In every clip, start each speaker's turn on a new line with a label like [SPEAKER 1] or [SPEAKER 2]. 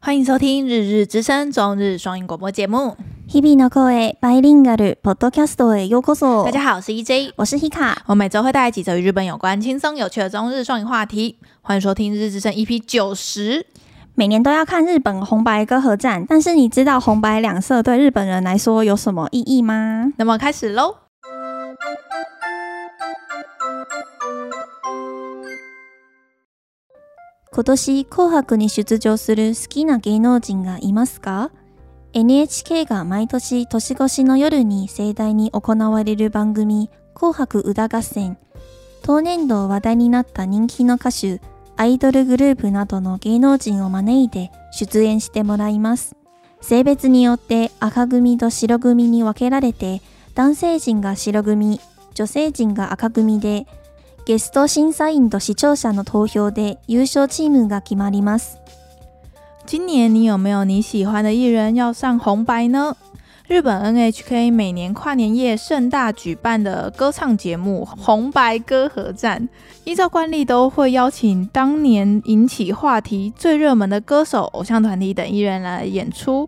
[SPEAKER 1] 欢迎收听《日日之声》中日双语广播节目。
[SPEAKER 2] 日々の声バイリンガルポッドキャストへようこそ。
[SPEAKER 1] 大家好，我是 EJ，
[SPEAKER 2] 我是 Hika。
[SPEAKER 1] 我每周会带来几则与日本有关、轻松有趣的中日双语话题。欢迎收听《日日之声》EP 九十。
[SPEAKER 2] 每年都要看日本红白歌合战，但是你知道红白两色对日本人来说有什么意义吗？
[SPEAKER 1] 那么开始喽。
[SPEAKER 2] 今年紅白に出場する好きな芸能人がいますか NHK が毎年年越しの夜に盛大に行われる番組紅白歌合戦当年度話題になった人気の歌手アイドルグループなどの芸能人を招いて出演してもらいます性別によって赤組と白組に分けられて男性陣が白組女性陣が赤組でゲスト審査員と視聴者の投票で優勝チームが決まります
[SPEAKER 1] 今年你有没有你喜欢的艺人要上红白呢？日本 NHK 每年跨年夜盛大举办的歌唱节目《红白歌合战》，依照惯例都会邀请当年引起话题最热门的歌手、偶像团体等艺人来演出，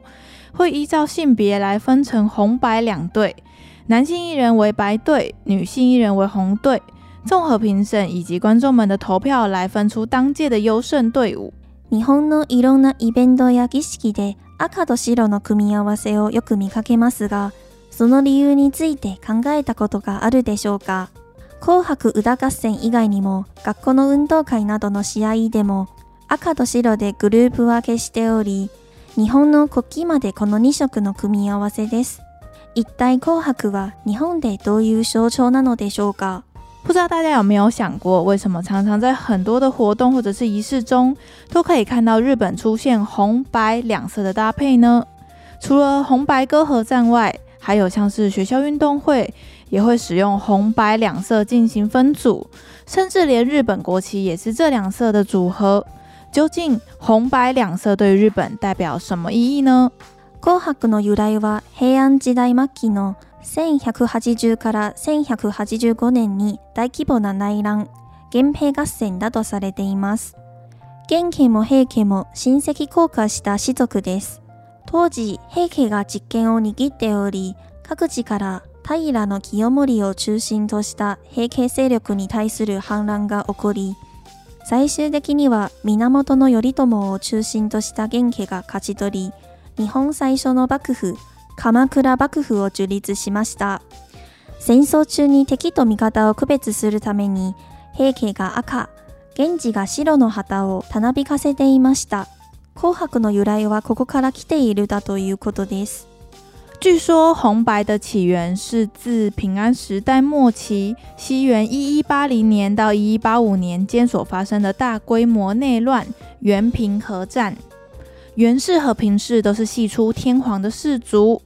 [SPEAKER 1] 会依照性别来分成红白两队，男性艺人为白队，女性艺人为红队。综合评审以及观众们的投票来分出当届的优胜队伍。
[SPEAKER 2] 日本のいろんなイベントや儀式で赤と白の組み合わせをよく見かけますが、その理由について考えたことがあるでしょうか紅白歌合戦以外にも学校の運動会などの試合でも赤と白でグループ分けしており、日本の国旗までこの2色の組み合わせです。一体紅白は日本でどういう象徴なのでしょうか
[SPEAKER 1] 不知道大家有没有想过，为什么常常在很多的活动或者是仪式中，都可以看到日本出现红白两色的搭配呢？除了红白歌合战外，还有像是学校运动会也会使用红白两色进行分组，甚至连日本国旗也是这两色的组合。究竟红白两色对日本代表什么意义呢？
[SPEAKER 2] 紅白の由来は平安時代末期の1180から1185年に大規模な内乱、源平合戦だとされています。源家も平家も親戚交換した士族です。当時、平家が実権を握っており、各地から平清盛を中心とした平家勢力に対する反乱が起こり、最終的には源頼朝を中心とした源家が勝ち取り、日本最初の幕府、鎌倉幕府を樹立しました戦争中に敵と味方を区別するために平家が赤源氏が白の旗をたなびかせていました紅白の由来はここから来ているだということです
[SPEAKER 1] 据说红白的起源是自平安时代末期，西元一一八零年到一一八五年间所发生的大规模内乱——元平和战。源氏和平氏都是系出天皇的氏族，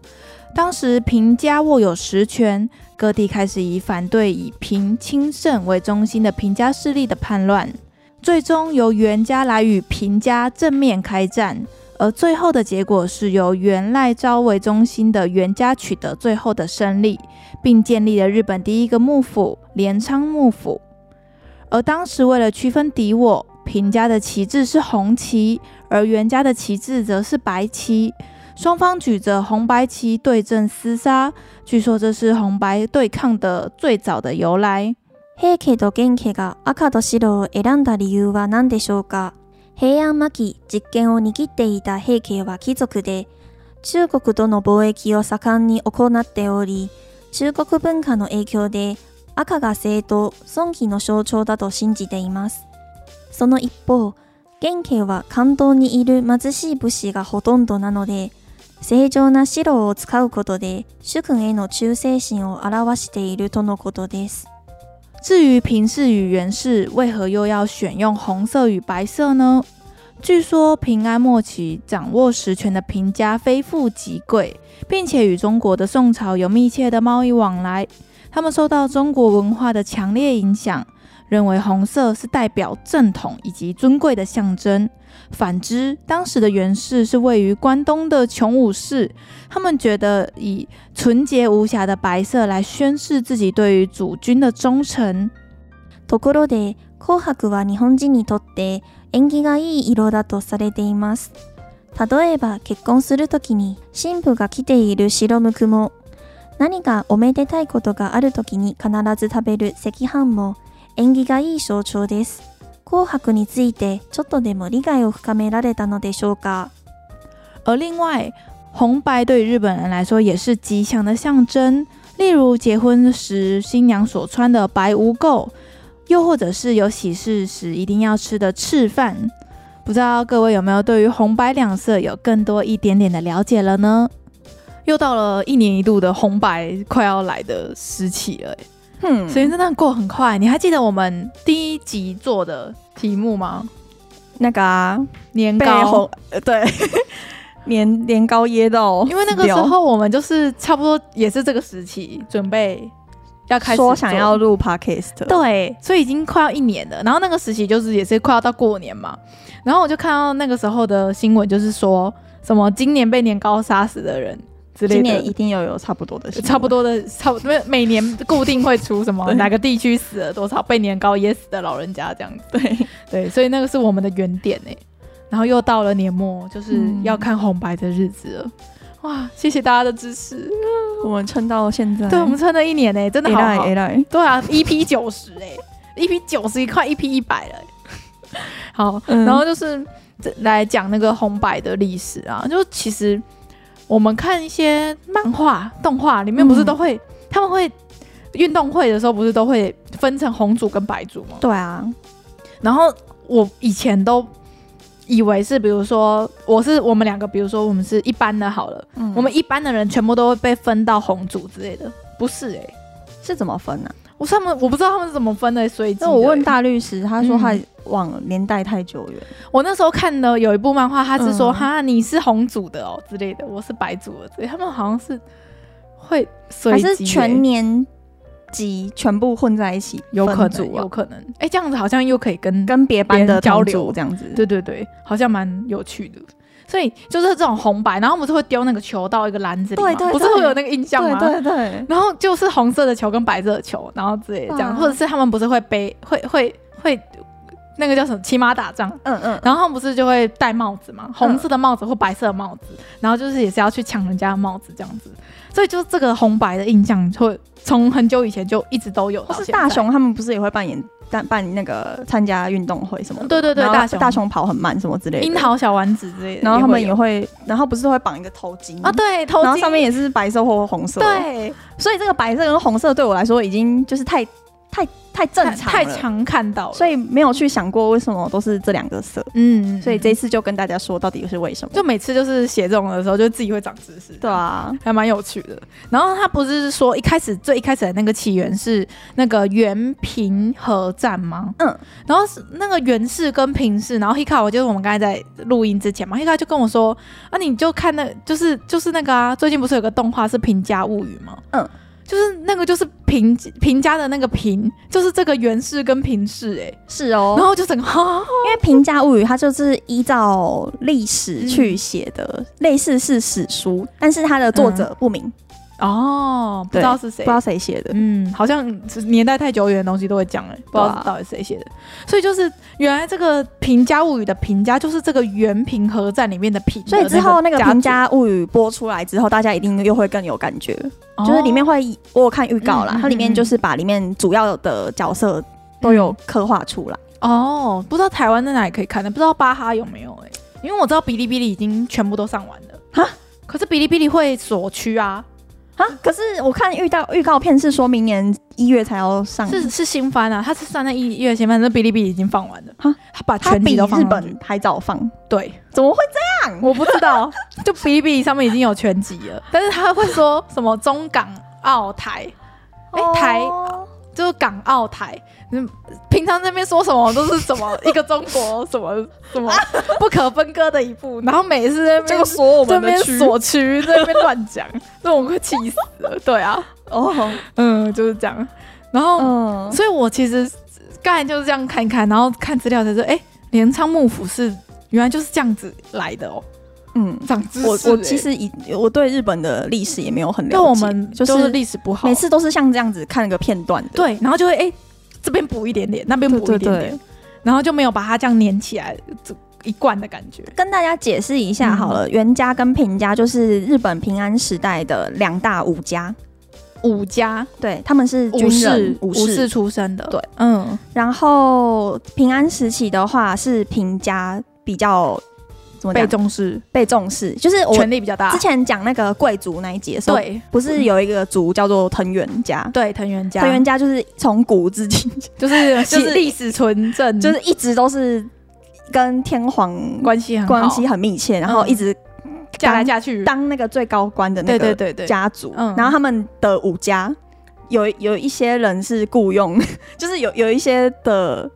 [SPEAKER 1] 当时平家握有实权，各地开始以反对以平清盛为中心的平家势力的叛乱，最终由源家来与平家正面开战，而最后的结果是由源赖朝为中心的源家取得最后的胜利，并建立了日本第一个幕府镰仓幕府。而当时为了区分敌我。平家的旗帜是红旗，而源家的旗帜则是白旗。双方举着红白旗对阵厮杀，据说这是红白对抗的最早的由来。
[SPEAKER 2] 平家と源家が赤と白を選んだ理由は何でしょうか？平安末期、実権を握っていた平家は貴族で、中国との貿易を盛んに行っており、中国文化の影響で赤が政党、尊貴の象徴だと信じています。その一方、元慶は関東にいる貧しい武士がほとんどなので、正常な白を使うことで主君への忠誠心を表しているとのことです。
[SPEAKER 1] 至于平氏与源氏为何又要选用红色与白色呢？据说平安末期掌握实权的平家非富即贵，并且与中国的宋朝有密切的贸易往来，他们受到中国文化的强烈影响。认为红色是代表正统以及尊贵的象征。反之，当时的源氏是位于关东的琼武士，他们觉得以纯洁无瑕的白色来宣示自己对于主君的忠诚。
[SPEAKER 2] ところで、紅白は日本人にとって縁起がいい色だとされています。
[SPEAKER 3] 例えば結婚するときに新婦が着ている白むくも何かおめでたいことがあるときに必ず食べる赤飯も縁起がいい象徴です紅白についてちょっとでも理解を深められたのでしょうか
[SPEAKER 1] 而另外，红白对于日本人来说也是吉祥的象征，例如结婚时新娘所穿的白无垢，又或者是有喜事时一定要吃的赤饭。不知道各位有没有对于红白两色有更多一点点的了解了呢？又到了一年一度的红白快要来的时期了耶，
[SPEAKER 3] 嗯
[SPEAKER 1] 时间真的过很快。你还记得我们第一集做的题目吗？
[SPEAKER 2] 那个啊，
[SPEAKER 1] 年
[SPEAKER 2] 被
[SPEAKER 1] 糕
[SPEAKER 2] 红，呃对，年年糕 噎到，
[SPEAKER 1] 因为那个时候我们就是差不多也是这个时期准备要开始
[SPEAKER 2] 说
[SPEAKER 1] 做
[SPEAKER 2] 想要录 podcast，
[SPEAKER 1] 对，所以已经快要一年了。然后那个时期就是也是快要到过年嘛，然后我就看到那个时候的新闻，就是说什么今年被年糕杀死的人之类
[SPEAKER 2] 今
[SPEAKER 1] 的。
[SPEAKER 2] 年一定要有差不多的新闻，
[SPEAKER 1] 差不多的，差不多每年固定会出什么
[SPEAKER 2] 对
[SPEAKER 1] 哪个地区死了多少被年糕噎死的老人家这样子。
[SPEAKER 2] 对，
[SPEAKER 1] 对，所以那个是我们的原点哎、然后又到了年末，就是
[SPEAKER 2] 嗯
[SPEAKER 1] 要看红白的日子了。哇，谢谢大家的支持，
[SPEAKER 2] 我们撑到现在，
[SPEAKER 1] 对我们撑了一年哎、真的
[SPEAKER 2] 哎
[SPEAKER 1] 好
[SPEAKER 2] 来
[SPEAKER 1] 好
[SPEAKER 2] 哎来，
[SPEAKER 1] 对啊，EP 九十哎，EP 九十快 EP 一百了欸、 好，
[SPEAKER 2] 嗯
[SPEAKER 1] 然后就是这来讲那个红白的历史啊，就其实我们看一些漫画、动画里面，不是
[SPEAKER 2] 嗯
[SPEAKER 1] 都会、他们会运动会的时候，不是都会分成红组跟白组吗？
[SPEAKER 2] 对啊，
[SPEAKER 1] 然后我以前都以为是，比如说我是我们两个，比如说我们是一般的好了，
[SPEAKER 2] 嗯
[SPEAKER 1] 我们一般的人全部都会被分到红组之类的，不是诶、
[SPEAKER 2] 是怎么分呢？
[SPEAKER 1] 我是他们我不知道他们是怎么分的，随机的
[SPEAKER 2] 那
[SPEAKER 1] 欸。
[SPEAKER 2] 我问大律师，他说他
[SPEAKER 1] 嗯
[SPEAKER 2] 往年代太久远，
[SPEAKER 1] 我那时候看的有一部漫画，他是说、
[SPEAKER 2] 嗯
[SPEAKER 1] 哈你是红组的哦之类的，我是白组的之类的，他们好像是会随
[SPEAKER 2] 还
[SPEAKER 1] 机欸、
[SPEAKER 2] 是全年级全部混在一起，
[SPEAKER 1] 有可
[SPEAKER 2] 分
[SPEAKER 1] 能
[SPEAKER 2] 组
[SPEAKER 1] 有
[SPEAKER 2] 啊，
[SPEAKER 1] 可能，哎、这样子好像又可以跟
[SPEAKER 2] 跟别班
[SPEAKER 1] 别人
[SPEAKER 2] 的
[SPEAKER 1] 交
[SPEAKER 2] 同
[SPEAKER 1] 流
[SPEAKER 2] 组这样子，
[SPEAKER 1] 对对对，好像蛮有趣的。所以就是这种红白，然后我们是会丢那个球到一个篮子里嘛，
[SPEAKER 2] 对对
[SPEAKER 1] 不是
[SPEAKER 2] 对
[SPEAKER 1] 会有那个印象吗？
[SPEAKER 2] 对对对，
[SPEAKER 1] 然后就是红色的球跟白色的球，然后之类的这样，
[SPEAKER 2] 哇
[SPEAKER 1] 或者是他们不是会背会会会那个叫什么骑马打仗，
[SPEAKER 2] 嗯嗯，
[SPEAKER 1] 然后他们不是就会戴帽子嘛，红色的帽子或白色的帽子，然后就是也是要去抢人家的帽子这样子，所以就是这个红白的印象会从很久以前就一直都有
[SPEAKER 2] 或
[SPEAKER 1] 到
[SPEAKER 2] 哦是
[SPEAKER 1] 现在。
[SPEAKER 2] 大雄他们不是也会扮演办办那个参加运动会什么的？
[SPEAKER 1] 对对对
[SPEAKER 2] 然后
[SPEAKER 1] 大雄
[SPEAKER 2] 大雄跑很慢什么之类的。
[SPEAKER 1] 樱，桃小丸子之类的，
[SPEAKER 2] 然后他们
[SPEAKER 1] 也
[SPEAKER 2] 也
[SPEAKER 1] 会
[SPEAKER 2] 会，然后不是都会绑一个头巾
[SPEAKER 1] 有啊，对头
[SPEAKER 2] 然后
[SPEAKER 1] 巾
[SPEAKER 2] 上面也是白色或红色。，
[SPEAKER 1] 对
[SPEAKER 2] 所以这个白色跟红色对我来说已经就是太太太正常了
[SPEAKER 1] 太太，常看到了，
[SPEAKER 2] 所以没有去想过为什么都是这两个色。
[SPEAKER 1] 嗯，嗯
[SPEAKER 2] 所以
[SPEAKER 1] 嗯
[SPEAKER 2] 这一次就跟大家说到底是为什么。
[SPEAKER 1] 就每次就是写这种的时候，就自己会长知识。
[SPEAKER 2] 对。啊，
[SPEAKER 1] 还蛮有趣的。然后他不是说一开始最一开始的那个起源是那个原平和战吗？
[SPEAKER 2] 嗯，
[SPEAKER 1] 然后是那个原氏跟平氏，然后 Hika 我就是我们刚才在录音之前嘛，Hika 就跟我说啊，你就看那就是就是那个啊，最近不是有个动画是《平家物语》吗？
[SPEAKER 2] 嗯。
[SPEAKER 1] 就是那个，就是平平家的那个平，就是这个源氏跟平氏哎、
[SPEAKER 2] 是哦
[SPEAKER 1] 然后就整个 哈、啊
[SPEAKER 2] 因为《平家物语》它就是依照历史去写的，
[SPEAKER 1] 嗯
[SPEAKER 2] 类似是史书，但是它的作者不明，
[SPEAKER 1] 哦，不知道是谁
[SPEAKER 2] 不知，道谁写的。
[SPEAKER 1] 嗯，好像是年代太久远的东西都会讲哎、不知道到底谁写的。所以就是原来这个《平家物语》的平家就是这个原平和战里面的平的
[SPEAKER 2] 所以之后那个《
[SPEAKER 1] 家
[SPEAKER 2] 平
[SPEAKER 1] 族
[SPEAKER 2] 家物语》播出来之后，大家一定又会更有感觉，
[SPEAKER 1] 哦
[SPEAKER 2] 就是里面会我有看预告啦，
[SPEAKER 1] 嗯嗯
[SPEAKER 2] 它里面就是把里面主要的角色都有刻画出来。
[SPEAKER 1] 哦，不知道台湾在哪里可以看的，不知道巴哈有没有哎、因为我知道哔哩哔哩已经全部都上完了
[SPEAKER 2] 哈，
[SPEAKER 1] 可是哔哩哔哩会锁区啊，
[SPEAKER 2] 啊、可是我看预告预告片是说明年一月才要上，
[SPEAKER 1] 是是新番啊，它是算在一一月新番，那哔哩哔哩已经放完了，
[SPEAKER 2] 哈
[SPEAKER 1] 它把
[SPEAKER 2] 它
[SPEAKER 1] 全集
[SPEAKER 2] 比
[SPEAKER 1] 都放
[SPEAKER 2] 日
[SPEAKER 1] 上去
[SPEAKER 2] 本还早放，
[SPEAKER 1] 对。
[SPEAKER 2] 怎么会
[SPEAKER 1] 我不知道，就哔哩哔哩上面已经有全集了，但是他会说什么中港澳台，哎、
[SPEAKER 2] 哦
[SPEAKER 1] 台就是港澳台，嗯，平常那边说什么都是什么一个中国什 么什么不可分割的一部，然后每次在那
[SPEAKER 2] 这
[SPEAKER 1] 边
[SPEAKER 2] 个锁我
[SPEAKER 1] 这
[SPEAKER 2] 们
[SPEAKER 1] 边
[SPEAKER 2] 的区
[SPEAKER 1] 锁区在那边乱讲，那我快气死了。对啊，
[SPEAKER 2] 哦，
[SPEAKER 1] 嗯，就是这样。然后，
[SPEAKER 2] 嗯，
[SPEAKER 1] 所以我其实刚才就是这样看一看，然后看资料才知道，哎、镰仓幕府是原来就是这样子来的哦，
[SPEAKER 2] 嗯，
[SPEAKER 1] 长知识、
[SPEAKER 2] 我我其
[SPEAKER 1] 哎
[SPEAKER 2] 实以我对日本的历史也没有很了解，
[SPEAKER 1] 但我们
[SPEAKER 2] 就
[SPEAKER 1] 就是
[SPEAKER 2] 是
[SPEAKER 1] 历史不好，
[SPEAKER 2] 每次都是像这样子看个片段的，
[SPEAKER 1] 对，然后就会哎、这边补一点点，那边补一点点，
[SPEAKER 2] 对对对
[SPEAKER 1] 然后就没有把它这样粘起来，这一贯的感觉。
[SPEAKER 2] 跟大家解释一
[SPEAKER 1] 嗯
[SPEAKER 2] 下好了，元家跟平家就是日本平安时代的两大武家，
[SPEAKER 1] 武家
[SPEAKER 2] 对，他们是军
[SPEAKER 1] 武
[SPEAKER 2] 人
[SPEAKER 1] 士
[SPEAKER 2] 武
[SPEAKER 1] 武士
[SPEAKER 2] 士。
[SPEAKER 1] 出身的，
[SPEAKER 2] 对，
[SPEAKER 1] 嗯，
[SPEAKER 2] 然后平安时期的话，是平家比较怎么讲
[SPEAKER 1] 被重视，
[SPEAKER 2] 被重视，就是我
[SPEAKER 1] 权力比较大
[SPEAKER 2] 之。前讲那个贵族那一节的时候，
[SPEAKER 1] 对
[SPEAKER 2] 不是有一个族叫做藤原家，
[SPEAKER 1] 对，藤原家，
[SPEAKER 2] 藤原家就是从古至今
[SPEAKER 1] 就是就
[SPEAKER 2] 就是
[SPEAKER 1] 是历史纯正，
[SPEAKER 2] 就是一直都是跟天皇
[SPEAKER 1] 嗯关系很好嗯
[SPEAKER 2] 关系很密切，然后一直
[SPEAKER 1] 嫁来嫁去，
[SPEAKER 2] 当那个最高官的那
[SPEAKER 1] 对对
[SPEAKER 2] 个
[SPEAKER 1] 对对，
[SPEAKER 2] 家族。
[SPEAKER 1] 嗯
[SPEAKER 2] 然后他们的武家有有一些人是雇佣， 就是有有一些的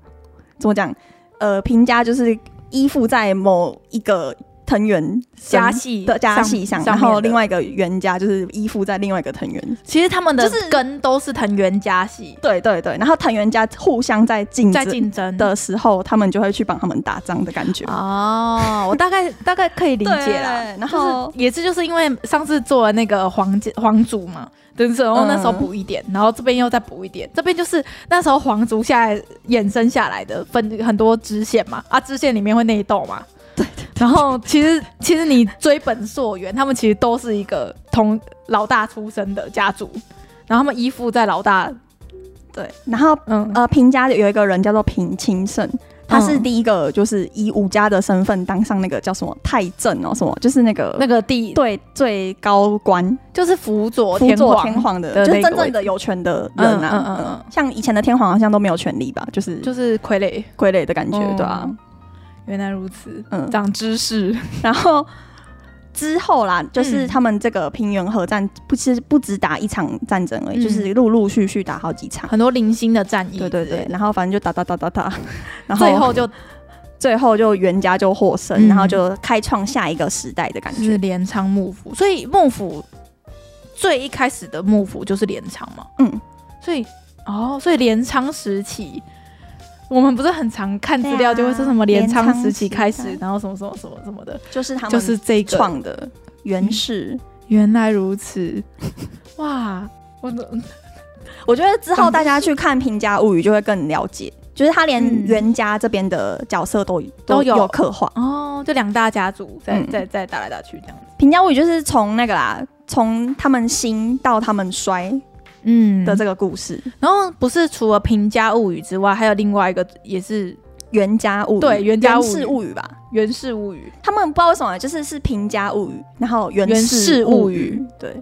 [SPEAKER 2] 怎么讲？呃，平家就是依附在某一个藤原
[SPEAKER 1] 家
[SPEAKER 2] 神
[SPEAKER 1] 系
[SPEAKER 2] 的家系上，然
[SPEAKER 1] 面
[SPEAKER 2] 后
[SPEAKER 1] 的
[SPEAKER 2] 另外一个袁家就是依附在另外一个藤原。
[SPEAKER 1] 其实他们的
[SPEAKER 2] 就是
[SPEAKER 1] 根都是藤原家系
[SPEAKER 2] 对对对，然后藤原家互相在竞
[SPEAKER 1] 在
[SPEAKER 2] 争
[SPEAKER 1] 竞争
[SPEAKER 2] 的时候，他们就会去帮他们打仗的感觉。
[SPEAKER 1] 哦，我大概大概可以理解啦。
[SPEAKER 2] 对然
[SPEAKER 1] 就
[SPEAKER 2] 后
[SPEAKER 1] 是也是就是因为上次做了那个皇家皇族嘛，等然后那时候补一点，然后这边又再补一点，这边就是那时候皇族下来衍生下来的分很多支线嘛，啊支线里面会内斗嘛。对然后其实其实你追本溯源，他们其实都是一个同老大出身的家族，然后他们依附在老大，
[SPEAKER 2] 对，然后
[SPEAKER 1] 嗯，
[SPEAKER 2] 呃，平家有一个人叫做平清盛，他是
[SPEAKER 1] 嗯
[SPEAKER 2] 第一个就是以武家的身份当上那个叫什么太政哦，什么就是那个
[SPEAKER 1] 那个地
[SPEAKER 2] 对最高官
[SPEAKER 1] 就是辅佐
[SPEAKER 2] 辅
[SPEAKER 1] 哦天
[SPEAKER 2] 佐
[SPEAKER 1] 皇，
[SPEAKER 2] 天皇的，
[SPEAKER 1] 的
[SPEAKER 2] 就是
[SPEAKER 1] 那个
[SPEAKER 2] 真正
[SPEAKER 1] 位
[SPEAKER 2] 的有权的人啊。
[SPEAKER 1] 嗯嗯嗯嗯
[SPEAKER 2] 像以前的天皇好像都没有权利吧，就是
[SPEAKER 1] 就是傀儡，
[SPEAKER 2] 傀儡的感觉，对啊。
[SPEAKER 1] 嗯原来如此，
[SPEAKER 2] 嗯
[SPEAKER 1] 长知识。
[SPEAKER 2] 然后之后啦，就是
[SPEAKER 1] 嗯
[SPEAKER 2] 他们这个平原合战，不是不只打一场战争而已，
[SPEAKER 1] 嗯
[SPEAKER 2] 就是陆陆续续打好几场。
[SPEAKER 1] 很多零星的战役，
[SPEAKER 2] 对对对，，然后反正就打打打打打， 然后
[SPEAKER 1] 最后就
[SPEAKER 2] 最后就袁家就获胜，
[SPEAKER 1] 嗯
[SPEAKER 2] 然后就开创下一个时代的感觉。
[SPEAKER 1] 是镰仓幕府，所以幕府最一开始的幕府就是镰仓嘛，
[SPEAKER 2] 嗯，
[SPEAKER 1] 所以哦，所以镰仓时期。我们不是很常看资料，就
[SPEAKER 2] 对啊
[SPEAKER 1] 会说什么镰仓时期开
[SPEAKER 2] 镰仓
[SPEAKER 1] 始
[SPEAKER 2] 时，代
[SPEAKER 1] 然后什么什么什么什么的，
[SPEAKER 2] 就是他们
[SPEAKER 1] 就是这个。嗯
[SPEAKER 2] 创的原始。
[SPEAKER 1] 原来如 此，哇！我懂
[SPEAKER 2] 我觉得之后大家去看《平家物语》就会更了解，就是他连
[SPEAKER 1] 嗯
[SPEAKER 2] 袁家这边的角色都
[SPEAKER 1] 都有
[SPEAKER 2] 有刻画。
[SPEAKER 1] 哦，就两大家族在
[SPEAKER 2] 嗯
[SPEAKER 1] 在在打来打去这样子，
[SPEAKER 2] 《平家物语》就是从那个啦，从他们兴到他们衰
[SPEAKER 1] 嗯
[SPEAKER 2] 的这个故事，
[SPEAKER 1] 然后不是除了《平家物语》之外，还有另外一个也是《
[SPEAKER 2] 袁家物语》
[SPEAKER 1] 对袁家物语
[SPEAKER 2] 氏物语》吧。
[SPEAKER 1] 源氏物语》。
[SPEAKER 2] 他们不知道为什么，就是是《平家物语》，然后《源
[SPEAKER 1] 源
[SPEAKER 2] 氏
[SPEAKER 1] 氏
[SPEAKER 2] 物
[SPEAKER 1] 物
[SPEAKER 2] 语
[SPEAKER 1] 语》
[SPEAKER 2] 对，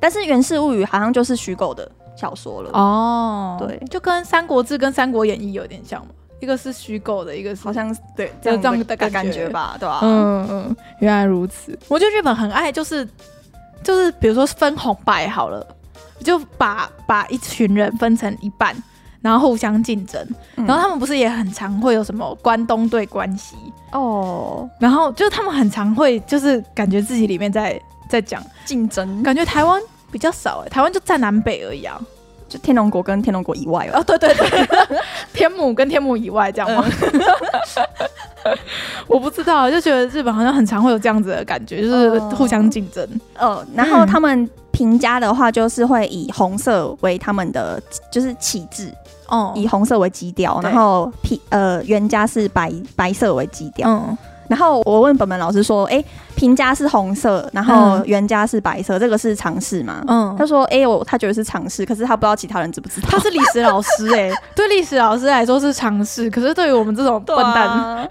[SPEAKER 2] 但是《源氏物语》好像就是虚构的小说了。
[SPEAKER 1] 哦
[SPEAKER 2] 对
[SPEAKER 1] 就跟《三国志》跟《三国演义》有点像嘛，一个是虚构的，一个是
[SPEAKER 2] 好。像是对
[SPEAKER 1] 就这样
[SPEAKER 2] 的
[SPEAKER 1] 的
[SPEAKER 2] 感
[SPEAKER 1] 感
[SPEAKER 2] 感
[SPEAKER 1] 觉
[SPEAKER 2] 觉吧，对吧、
[SPEAKER 1] 嗯嗯，原来如此。我觉得日本很爱，就是就是，比如说分红白好了，就把把一群人分成一半，然后互相竞争。
[SPEAKER 2] 嗯
[SPEAKER 1] 然后他们不是也很常会有什么关东对关西，
[SPEAKER 2] 哦，
[SPEAKER 1] 然后就是他们很常会就是感觉自己里面在在讲，
[SPEAKER 2] 竞争
[SPEAKER 1] 感觉台湾比较少哎、台湾就在南北而已啊。
[SPEAKER 2] 就天龙国跟天龙国以外吧。
[SPEAKER 1] 哦，对对对， 天母跟天母以外这样吗？
[SPEAKER 2] 嗯
[SPEAKER 1] 我不知道，就觉得日本好像很常会有这样子的感觉，就是
[SPEAKER 2] 哦
[SPEAKER 1] 互相竞争。
[SPEAKER 2] 呃，然后
[SPEAKER 1] 嗯
[SPEAKER 2] 他们平家的话，就是会以红色为他们的就是旗帜，
[SPEAKER 1] 哦
[SPEAKER 2] 以红色为基调，
[SPEAKER 1] 对
[SPEAKER 2] 然后平呃袁家是白白色为基调。
[SPEAKER 1] 嗯，
[SPEAKER 2] 然后我问本本老师说，哎、平家是红色，然后
[SPEAKER 1] 嗯
[SPEAKER 2] 袁家是白色，这个是常识吗？
[SPEAKER 1] 嗯
[SPEAKER 2] 他，说，哎、我他觉得是常识，可是他不知道其他人知不 知道。
[SPEAKER 1] 他是历史老师哎、 对历史老师来说是常识，可是对于我们这种
[SPEAKER 2] 啊
[SPEAKER 1] 笨蛋，
[SPEAKER 2] 蛋。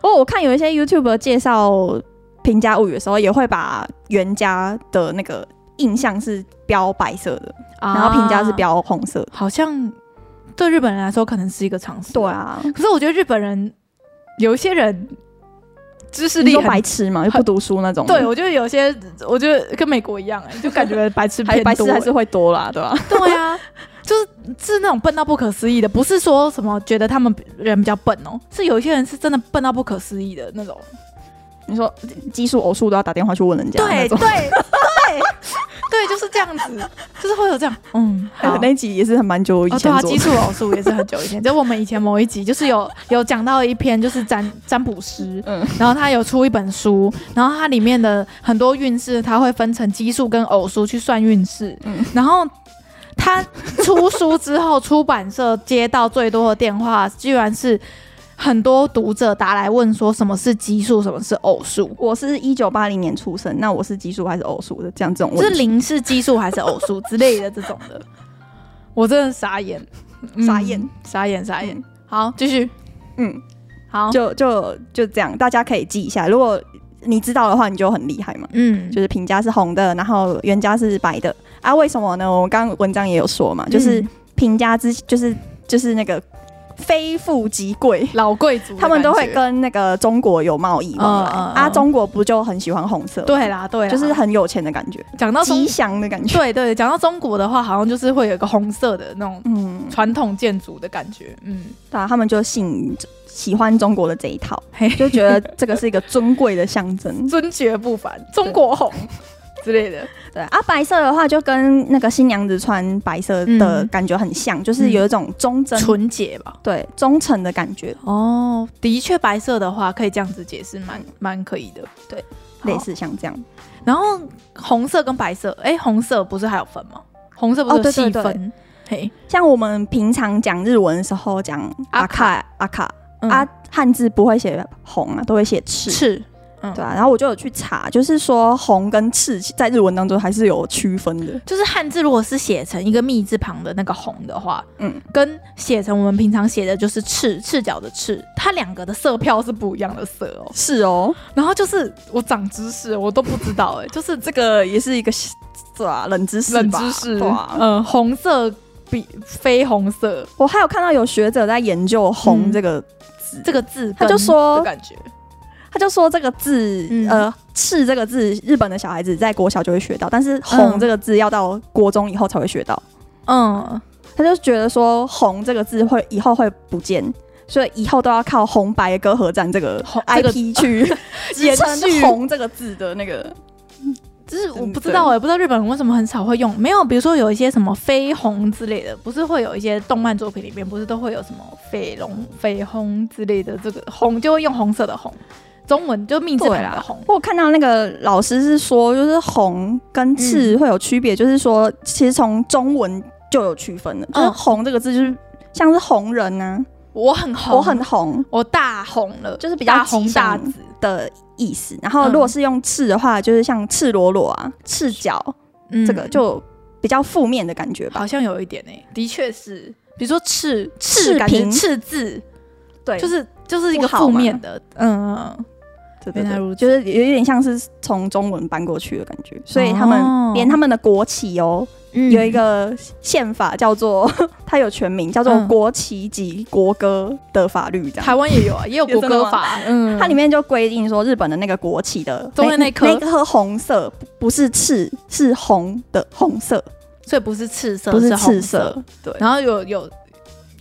[SPEAKER 2] 哦，我看有一些 YouTube 介绍《平家物语》的时候，也会把原家的那个印象是标白色的，
[SPEAKER 1] 啊
[SPEAKER 2] 然后平家是，标红色的。
[SPEAKER 1] 好像对日本人来说可能是一个常识。
[SPEAKER 2] 对，啊，
[SPEAKER 1] 可是我觉得日本人有一些人知识
[SPEAKER 2] 你
[SPEAKER 1] 力
[SPEAKER 2] 说
[SPEAKER 1] 很
[SPEAKER 2] 白痴嘛，又不读书那种。
[SPEAKER 1] 对，我觉得有些，我觉得跟美国一样、哎，就感觉白痴
[SPEAKER 2] 还
[SPEAKER 1] 偏
[SPEAKER 2] 白
[SPEAKER 1] 多、欸
[SPEAKER 2] 痴还是会多欸啦，对吧、
[SPEAKER 1] 哎对啊，就是是那种笨到不可思议的，不是说什么觉得他们人比较笨哦，是有一些人是真的笨到不可思议的那种。
[SPEAKER 2] 你说奇数、偶数都要打电话去问人家那
[SPEAKER 1] 对对
[SPEAKER 2] 种。
[SPEAKER 1] 对 对，就是这样子，就是会有这样，嗯，好。
[SPEAKER 2] 那一集也是很蛮久以
[SPEAKER 1] 哦，
[SPEAKER 2] 前
[SPEAKER 1] 对
[SPEAKER 2] 做
[SPEAKER 1] 啊，
[SPEAKER 2] 的。
[SPEAKER 1] 基础偶数也是很久以 前，就我们以前某一集就是有 有讲到一篇就是占占卜师，
[SPEAKER 2] 嗯
[SPEAKER 1] 然后他有出一本书，然后它里面的很多运势，它会分成奇数跟偶数去算运势，
[SPEAKER 2] 嗯
[SPEAKER 1] 然后。他出书之后，出版社接到最多的电话，居然是很多读者打来问说什么是奇数，什么是偶数，
[SPEAKER 2] 我是一九八零年出生，那我是奇数还是偶数的？这样这种
[SPEAKER 1] 是
[SPEAKER 2] 问题，
[SPEAKER 1] 零是奇数还是偶数之类的这种 的，我真的傻眼，嗯
[SPEAKER 2] 傻眼，
[SPEAKER 1] 傻眼，
[SPEAKER 2] 啊
[SPEAKER 1] 傻眼。好，继续，
[SPEAKER 2] 嗯，
[SPEAKER 1] 好，
[SPEAKER 2] 就就就这样，大家可以记一下。如果你知道的话，你就很厉害嘛。
[SPEAKER 1] 嗯，
[SPEAKER 2] 就是平价是红的，然后原价是白的啊？为什么呢？我刚刚文章也有说嘛，就是
[SPEAKER 1] 嗯
[SPEAKER 2] 平价之就是就是那个非富即贵。
[SPEAKER 1] 老贵族的感觉，
[SPEAKER 2] 他们都会跟那个中国有贸易往来、
[SPEAKER 1] 嗯嗯嗯
[SPEAKER 2] 啊，中国不就很喜欢红色？
[SPEAKER 1] 对，啦，对啦，
[SPEAKER 2] 就是很有钱的感觉，
[SPEAKER 1] 讲到中
[SPEAKER 2] 吉，祥的感觉。
[SPEAKER 1] 对对，讲到中国的话，好像就是会有一个红色的那种
[SPEAKER 2] 嗯，
[SPEAKER 1] 传统建筑的感觉，嗯，
[SPEAKER 2] 对啊，他们就信喜欢中国的这一 套，
[SPEAKER 1] 嘿，。
[SPEAKER 2] 就觉得这个是一个尊贵的象征
[SPEAKER 1] 尊爵不凡，中国红之类的，
[SPEAKER 2] 对啊，白色的话就跟那个新娘子穿白色的
[SPEAKER 1] 嗯
[SPEAKER 2] 感觉很像，就是有一种忠贞、
[SPEAKER 1] 纯洁吧。
[SPEAKER 2] 对忠诚的感觉，
[SPEAKER 1] 哦，的确，白色的话可以这样子解释，
[SPEAKER 2] 嗯
[SPEAKER 1] 蛮蛮可以的。
[SPEAKER 2] 对，
[SPEAKER 1] 好
[SPEAKER 2] 类。似像这样。
[SPEAKER 1] 然后红色跟白色，哎，红色不是还有分吗？红色不是
[SPEAKER 2] 哦
[SPEAKER 1] 有
[SPEAKER 2] 对
[SPEAKER 1] 细
[SPEAKER 2] 对对
[SPEAKER 1] 分？嘿，
[SPEAKER 2] 像我们平常讲日文的时候讲
[SPEAKER 1] 阿
[SPEAKER 2] 阿
[SPEAKER 1] 卡
[SPEAKER 2] 卡阿卡
[SPEAKER 1] 嗯
[SPEAKER 2] 啊，汉字不会写红啊，都会写赤。
[SPEAKER 1] 是，嗯
[SPEAKER 2] 对啊，然后我就有去查，就是说红跟赤在日文当中还是有区分的。
[SPEAKER 1] 就是汉字如果是写成一个密字旁的那个红的话，
[SPEAKER 2] 嗯，
[SPEAKER 1] 跟写成我们平常写的就是赤赤脚的赤，它两个的色票是不一样的色哦。
[SPEAKER 2] 是哦，
[SPEAKER 1] 然后就是我长知识，我都不知道哎、就是这
[SPEAKER 2] 这个也是一个对啊冷知识吧，
[SPEAKER 1] 冷知识，
[SPEAKER 2] 对啊。
[SPEAKER 1] 嗯，红色比非红色
[SPEAKER 2] 我还有看到有学者在研究“红”
[SPEAKER 1] 嗯
[SPEAKER 2] 这个字，
[SPEAKER 1] 这个字，
[SPEAKER 2] 他就说
[SPEAKER 1] 的感觉，
[SPEAKER 2] 他就说这个字，
[SPEAKER 1] 嗯
[SPEAKER 2] 呃，“赤”这个字，日本的小孩子在国小就会学到，但是“
[SPEAKER 1] 嗯
[SPEAKER 2] 红”这个字要到国中以后才会学到。
[SPEAKER 1] 嗯，
[SPEAKER 2] 他就觉得说“红”这个字会以后会不见，所以以后都要靠红白歌合战这个
[SPEAKER 1] 红这个
[SPEAKER 2] IP 去
[SPEAKER 1] 延
[SPEAKER 2] 延伸
[SPEAKER 1] 续
[SPEAKER 2] “红”这个字的那个。
[SPEAKER 1] 就是我
[SPEAKER 2] 真
[SPEAKER 1] 不
[SPEAKER 2] 的
[SPEAKER 1] 知道，我也不知道日本人为什么很少会用，没有，比如说有一些什么绯红之类的，不是会有一些动漫作品里面不是都会有什么绯龙、绯红之类的，这个红就会用红色的红，中文就命字
[SPEAKER 2] 对
[SPEAKER 1] 旁
[SPEAKER 2] 啦
[SPEAKER 1] 的红，
[SPEAKER 2] 我有看到那个老师是说，就是红跟赤会有区别，就是说其实从中文就有区分了，就是
[SPEAKER 1] 嗯
[SPEAKER 2] 红这个字就是像是红人啊，
[SPEAKER 1] 我很红，
[SPEAKER 2] 我很红
[SPEAKER 1] 我大红了，
[SPEAKER 2] 就是比较
[SPEAKER 1] 大红大
[SPEAKER 2] 吉
[SPEAKER 1] 紫，
[SPEAKER 2] 祥的意思。然后
[SPEAKER 1] 嗯
[SPEAKER 2] 如果是用赤的话，就是像赤裸裸啊、赤脚，
[SPEAKER 1] 嗯
[SPEAKER 2] 这个就比较负面的感觉吧。
[SPEAKER 1] 好像有一点呢、的确是，比如说赤
[SPEAKER 2] 嗯 赤
[SPEAKER 1] 赤感觉
[SPEAKER 2] 贫
[SPEAKER 1] 赤字，
[SPEAKER 2] 对
[SPEAKER 1] 就是就是一个
[SPEAKER 2] 不好
[SPEAKER 1] 负
[SPEAKER 2] 嘛
[SPEAKER 1] 面的，嗯嗯，嗯
[SPEAKER 2] 对对
[SPEAKER 1] 原来
[SPEAKER 2] 对
[SPEAKER 1] 如此
[SPEAKER 2] 就是有一点像是从中文搬过去的感觉，所以他们、
[SPEAKER 1] 哦
[SPEAKER 2] 连他们的国旗哦，
[SPEAKER 1] 嗯
[SPEAKER 2] 有一个宪法叫做 它有全名叫做
[SPEAKER 1] 嗯
[SPEAKER 2] 《国旗及国歌的法律》这样。
[SPEAKER 1] 台湾也有啊，也有国
[SPEAKER 2] 有真的
[SPEAKER 1] 歌
[SPEAKER 2] 吗
[SPEAKER 1] 法，嗯，
[SPEAKER 2] 它里面就规定说，日本的那个国旗的
[SPEAKER 1] 中间那颗
[SPEAKER 2] 那颗红色不是赤，是红的红色，
[SPEAKER 1] 所以不是赤色，
[SPEAKER 2] 不
[SPEAKER 1] 是红
[SPEAKER 2] 赤色，，对，
[SPEAKER 1] 然后有有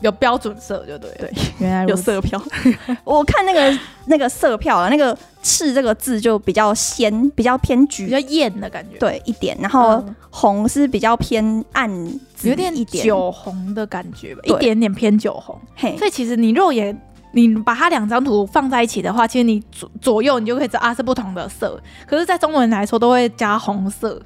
[SPEAKER 1] 有标准色就对了，
[SPEAKER 2] 对，
[SPEAKER 1] 原来
[SPEAKER 2] 有色票。 我看那个那个色票啊，那个赤这个字就比较鲜，比较偏
[SPEAKER 1] 比
[SPEAKER 2] 橘
[SPEAKER 1] 较，艳的感觉，
[SPEAKER 2] 对一点，然后
[SPEAKER 1] 嗯，
[SPEAKER 2] 红是比较偏暗紫
[SPEAKER 1] 有点
[SPEAKER 2] 一点，
[SPEAKER 1] 酒红的感觉吧，一
[SPEAKER 2] 对
[SPEAKER 1] 点点偏酒红，
[SPEAKER 2] 嘿，
[SPEAKER 1] 所以其实你肉眼。你把它两张图放在一起的话，其实你左左右你就可以知道啊是不同的色。可是，在中文来说都会加红色，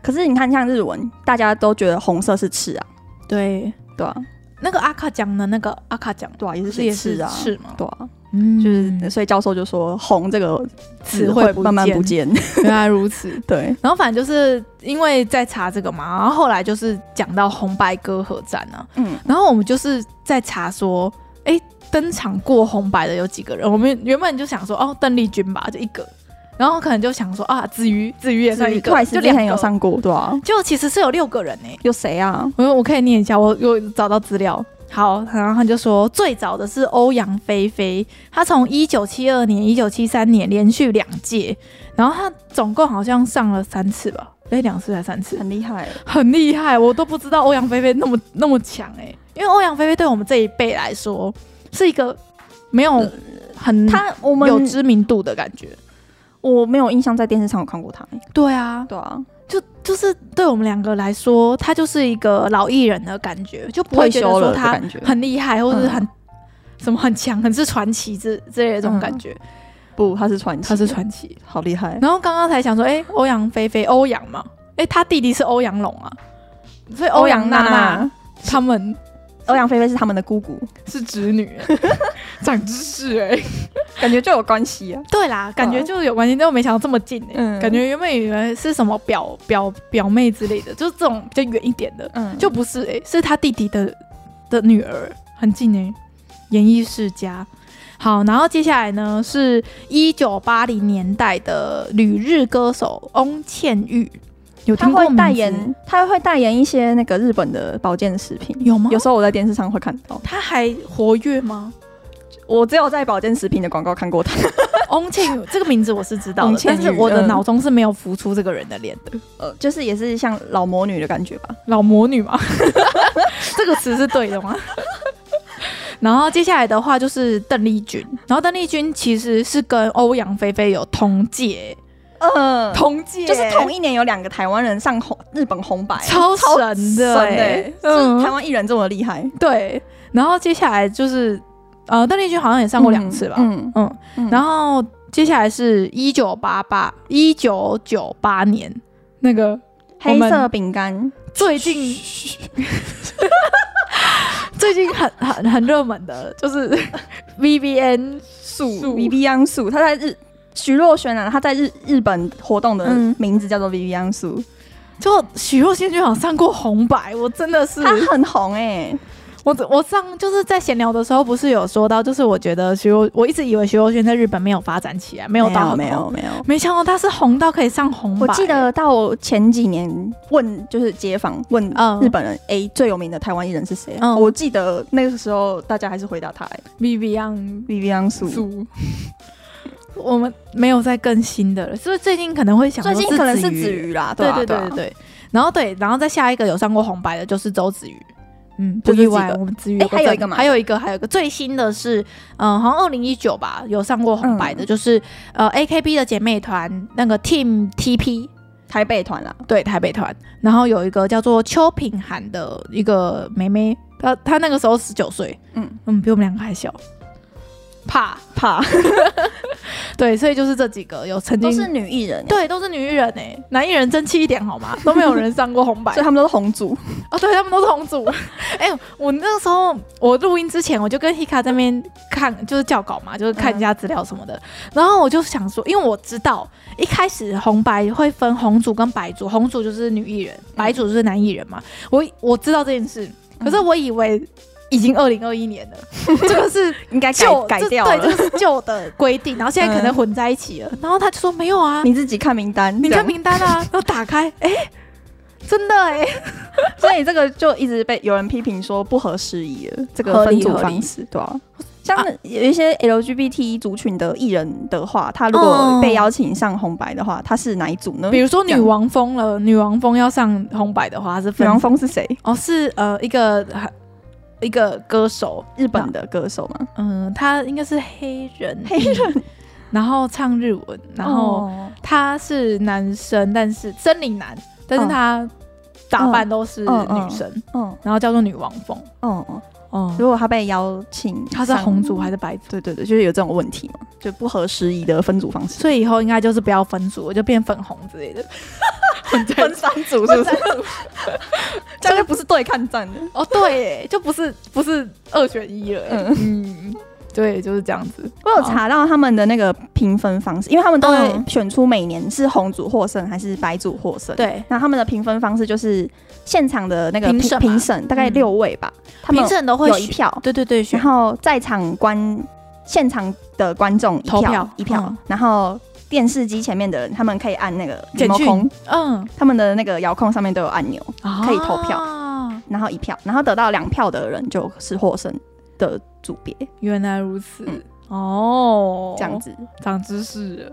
[SPEAKER 2] 可是你看，像日文，大家都觉得红色是赤啊，
[SPEAKER 1] 对，
[SPEAKER 2] 对啊，
[SPEAKER 1] 那个阿卡讲的那个阿卡讲，
[SPEAKER 2] 对啊，也
[SPEAKER 1] 不
[SPEAKER 2] 是
[SPEAKER 1] 是
[SPEAKER 2] 写
[SPEAKER 1] 也是
[SPEAKER 2] 赤啊，
[SPEAKER 1] 赤吗？
[SPEAKER 2] 对啊，
[SPEAKER 1] 嗯
[SPEAKER 2] 就是所以教授就说红这个
[SPEAKER 1] 词
[SPEAKER 2] 词
[SPEAKER 1] 汇
[SPEAKER 2] 会
[SPEAKER 1] 不
[SPEAKER 2] 慢慢不
[SPEAKER 1] 见
[SPEAKER 2] 见，
[SPEAKER 1] 原来如此。
[SPEAKER 2] 对，
[SPEAKER 1] 然后反正就是因为在查这个嘛，然后后来就是讲到红白歌合战啊，
[SPEAKER 2] 嗯，
[SPEAKER 1] 然后我们就是在查说，哎，登场过红白的有几个人？我们原本就想说，哦，邓丽君吧，就一个，然后可能就想说啊，子瑜，子瑜也算一个，
[SPEAKER 2] 快
[SPEAKER 1] 就
[SPEAKER 2] 嗯之
[SPEAKER 1] 两个
[SPEAKER 2] 前有，上过，对啊，
[SPEAKER 1] 就其实是有六个人呢、
[SPEAKER 2] 有谁啊？
[SPEAKER 1] 我我可以念一下，我有找到资料。好，然后他就说，最早的是欧阳菲菲，她从一九七二年、一九七三年连续两届，然后她总共好像上了三次吧，哎，两次还是三次，
[SPEAKER 2] 很厉害，
[SPEAKER 1] 很厉害，我都不知道欧阳菲菲那么那么强哎、因为欧阳菲菲对我们这一辈来说是一个没有很
[SPEAKER 2] 呃他我们
[SPEAKER 1] 嗯有知名度的感觉。
[SPEAKER 2] 我没有印象在电视上有看过他，
[SPEAKER 1] 对啊，
[SPEAKER 2] 对啊，
[SPEAKER 1] 就就是对我们两个来说，她就是一个老艺人的感觉，就不会
[SPEAKER 2] 退
[SPEAKER 1] 觉得
[SPEAKER 2] 休
[SPEAKER 1] 说
[SPEAKER 2] 了的
[SPEAKER 1] 她
[SPEAKER 2] 感觉，
[SPEAKER 1] 很厉害，或者是
[SPEAKER 2] 嗯
[SPEAKER 1] 很、什么很强，很是传奇之之类的这种感觉。
[SPEAKER 2] 不，嗯他是传奇，
[SPEAKER 1] 她是传奇。
[SPEAKER 2] 好厉害，
[SPEAKER 1] 然后刚刚才想说，哎、欧阳菲菲，欧阳嘛，哎、她弟弟是欧阳龙啊，所以欧阳娜娜他们
[SPEAKER 2] 欧阳菲菲是他们的姑姑，
[SPEAKER 4] 是侄 女，长知识哎、
[SPEAKER 2] 感觉就有关系啊。
[SPEAKER 1] 对啦，感觉就是有关系，但我没想到这么近哎、
[SPEAKER 2] 嗯
[SPEAKER 1] 感觉原本以为是什么表表表妹之类的，就是这种比较远一点的，
[SPEAKER 2] 嗯，
[SPEAKER 1] 就不是哎、是他弟弟的的女儿，很近哎、演艺世家。好，然后接下来呢是一九八零年代的旅日歌手翁倩玉，有
[SPEAKER 2] 他
[SPEAKER 1] 听过
[SPEAKER 2] 会
[SPEAKER 1] 名
[SPEAKER 2] 代
[SPEAKER 1] 字
[SPEAKER 2] 言，他会代言一些那个日本的保健食品。
[SPEAKER 1] 有吗？
[SPEAKER 2] 有时候我在电视上会看到，
[SPEAKER 1] 他还活跃吗？
[SPEAKER 2] 我只有在保健食品的广告看过他。
[SPEAKER 1] 翁倩玉这个名字我是知道
[SPEAKER 2] 翁
[SPEAKER 1] 的，
[SPEAKER 2] 倩
[SPEAKER 1] 但
[SPEAKER 2] 玉
[SPEAKER 1] 是我的
[SPEAKER 2] 嗯
[SPEAKER 1] 脑中是没有浮出这个人的脸的。
[SPEAKER 2] 呃，就是也是像老魔女的感觉吧。
[SPEAKER 1] 嗯老魔女嘛， 这个词是对的 吗？然后接下来的话就是邓丽君，然后邓丽君其实是跟欧阳菲菲有同届，
[SPEAKER 2] 嗯，
[SPEAKER 1] 同届
[SPEAKER 2] 就是同一年有两个台湾人上红日本红白，
[SPEAKER 1] 超神的
[SPEAKER 2] 神
[SPEAKER 1] 欸
[SPEAKER 2] 欸
[SPEAKER 1] 嗯
[SPEAKER 2] 就是台湾艺人这么厉害，
[SPEAKER 1] 对。然后接下来就是呃，邓丽君好像也上过两次吧，
[SPEAKER 2] 嗯，
[SPEAKER 1] 嗯
[SPEAKER 2] 嗯
[SPEAKER 1] 然后接下来是一九八八一九九八年那个
[SPEAKER 2] 黑
[SPEAKER 1] 我
[SPEAKER 2] 色
[SPEAKER 1] 们
[SPEAKER 2] 饼干，
[SPEAKER 1] 最 近最近很很很热门的就是 V B N
[SPEAKER 2] 素 v i v i a n 素，他在日。徐若瑄啊，她在日日本活动的
[SPEAKER 1] 嗯
[SPEAKER 2] 名字叫做 Vivian 素，
[SPEAKER 1] 就许若瑄就好像上过红白，我真的是
[SPEAKER 2] 她很红哎、
[SPEAKER 1] 我我上就是在闲聊的时候，不是有说到，就是我觉得徐若，我一直以为徐若瑄在日本没有发展起来，没
[SPEAKER 2] 没
[SPEAKER 1] 有到很红
[SPEAKER 2] 没有，没有。
[SPEAKER 1] 没想到她是红到可以上红白。
[SPEAKER 2] 我记得到我前几年问就是街坊问
[SPEAKER 1] 嗯
[SPEAKER 2] 日本人，哎、最有名的台湾艺人是谁？啊
[SPEAKER 1] 嗯
[SPEAKER 2] 我记得那个时候大家还是回答他、欸、
[SPEAKER 1] V B N
[SPEAKER 2] Vivian 素，
[SPEAKER 4] 素
[SPEAKER 1] 我们没有再更新的了，是不是最近可能会想说
[SPEAKER 2] 最近可能是
[SPEAKER 1] 子
[SPEAKER 2] 子
[SPEAKER 1] 瑜
[SPEAKER 2] 瑜啦，
[SPEAKER 1] 对
[SPEAKER 2] 啊
[SPEAKER 1] 对
[SPEAKER 2] 对
[SPEAKER 1] 对
[SPEAKER 2] 啊
[SPEAKER 1] 对对。然后对，然后再下一个有上过红白的就是周子瑜，嗯，
[SPEAKER 2] 就
[SPEAKER 1] 不
[SPEAKER 2] 这
[SPEAKER 1] 意
[SPEAKER 2] 几
[SPEAKER 1] 外，
[SPEAKER 2] 个
[SPEAKER 1] 我们子瑜
[SPEAKER 2] 哎还有
[SPEAKER 1] 正
[SPEAKER 2] 一个嘛
[SPEAKER 1] 还有一个，还有一个最新的是，嗯、好像二零一九吧，有上过红
[SPEAKER 2] 嗯
[SPEAKER 1] 白的，就是呃 AKB 的姐妹团那个 Team TP
[SPEAKER 2] 台北团啦，
[SPEAKER 1] 对台北团，然后有一个叫做邱品涵的一个妹妹，她她那个时候十九岁，
[SPEAKER 2] 嗯，
[SPEAKER 1] 嗯，比我们两个还小，怕
[SPEAKER 2] 怕
[SPEAKER 1] 对，所以就是这几个有曾经
[SPEAKER 2] 都是女艺人欸，
[SPEAKER 1] 对都是女艺人哎、男艺人争气一点好吗？都没有人上过红白
[SPEAKER 2] 所以，他们都是红组，
[SPEAKER 1] 哦，对他们都是同 组。哎、我那时候我录音之前，我就跟 Hika 在那边看，就是校稿嘛，就是看一下资料什
[SPEAKER 2] 嗯
[SPEAKER 1] 么的。然后我就想说，因为我知道一开始红白会分红组跟白组，红组就是女艺人，白
[SPEAKER 2] 嗯
[SPEAKER 1] 组就是男艺人嘛。我我知道这件事，可是我以为已经二零二一 年了，这个是
[SPEAKER 2] 应该改
[SPEAKER 1] 旧
[SPEAKER 2] 改
[SPEAKER 1] 这
[SPEAKER 2] 掉
[SPEAKER 1] 对，
[SPEAKER 2] 了。
[SPEAKER 1] 这个是旧 的规定，然后现在可能混在一起了。然后他就说没有啊，
[SPEAKER 2] 你自己看名单，
[SPEAKER 1] 你
[SPEAKER 2] 这
[SPEAKER 1] 看
[SPEAKER 2] 样，
[SPEAKER 1] 名单啊，然后打开，哎、真的哎、
[SPEAKER 2] 所以这个就一直被有人批评说不合时宜了，这个
[SPEAKER 1] 合理
[SPEAKER 2] 分组
[SPEAKER 1] 合理
[SPEAKER 2] 方式，对啊。像有一些 LGBT E 族群的艺人的话，他如果
[SPEAKER 1] 嗯
[SPEAKER 2] 被邀请上红白的话，他是哪一组呢？
[SPEAKER 1] 比如说
[SPEAKER 2] 这
[SPEAKER 1] 女
[SPEAKER 2] 样
[SPEAKER 1] 王峰了，女王峰要上红白的话是
[SPEAKER 2] 女
[SPEAKER 1] 分
[SPEAKER 2] 王峰是谁？
[SPEAKER 1] 哦，是呃一个一个歌手，
[SPEAKER 2] 日本的歌手吗？哦
[SPEAKER 1] 嗯，他应该是黑人，
[SPEAKER 2] 黑人，
[SPEAKER 1] 然后唱日文，然后
[SPEAKER 2] 哦
[SPEAKER 1] 他是男生，但是森林男，但是
[SPEAKER 2] 嗯
[SPEAKER 1] 他打扮都是
[SPEAKER 2] 嗯嗯
[SPEAKER 1] 女生，
[SPEAKER 2] 哦
[SPEAKER 1] 然后叫做女王峰，
[SPEAKER 2] 哦哦，
[SPEAKER 1] 哦，
[SPEAKER 2] 如果他被邀请，
[SPEAKER 1] 他是红组，还是白组？
[SPEAKER 2] 对对对，就是有这种问题嘛，就不合时宜的分组方式，
[SPEAKER 1] 所以以后应该就是不要分组，我就变粉红之类的。
[SPEAKER 2] 分三组是不是？ 这样就不是对抗战的。
[SPEAKER 1] 哦，对耶，就不是不是二选一了耶。嗯，对，就是这样子。
[SPEAKER 2] 我有查到他们的那个评分方式，因为他们都会
[SPEAKER 1] 嗯
[SPEAKER 2] 选出每年是红组获胜还是白组获胜。，
[SPEAKER 1] 对，
[SPEAKER 2] 那他们的评分方式就是现场的那个
[SPEAKER 1] 评
[SPEAKER 2] 评
[SPEAKER 1] 审嘛
[SPEAKER 2] 评审，大概
[SPEAKER 1] 嗯
[SPEAKER 2] 六位吧，他们
[SPEAKER 1] 评审都会
[SPEAKER 2] 有一
[SPEAKER 1] 选
[SPEAKER 2] 票，
[SPEAKER 1] 对对对，
[SPEAKER 2] 然
[SPEAKER 1] 选
[SPEAKER 2] 后在场观现场的观众一
[SPEAKER 1] 投票
[SPEAKER 2] 票一票
[SPEAKER 1] 嗯，
[SPEAKER 2] 然后电视机前面的人他们可以按那个
[SPEAKER 1] 简
[SPEAKER 2] 遥
[SPEAKER 1] 讯
[SPEAKER 2] 控，
[SPEAKER 1] 嗯，
[SPEAKER 2] 他们的那个遥控上面都有按钮，
[SPEAKER 1] 可
[SPEAKER 2] 可以投票
[SPEAKER 1] 哦
[SPEAKER 2] 然后一票，然后得到两票的人就是获胜的组别，
[SPEAKER 1] 原来如此
[SPEAKER 2] 嗯，
[SPEAKER 1] 哦，
[SPEAKER 2] 这样，子。
[SPEAKER 1] 长知识了。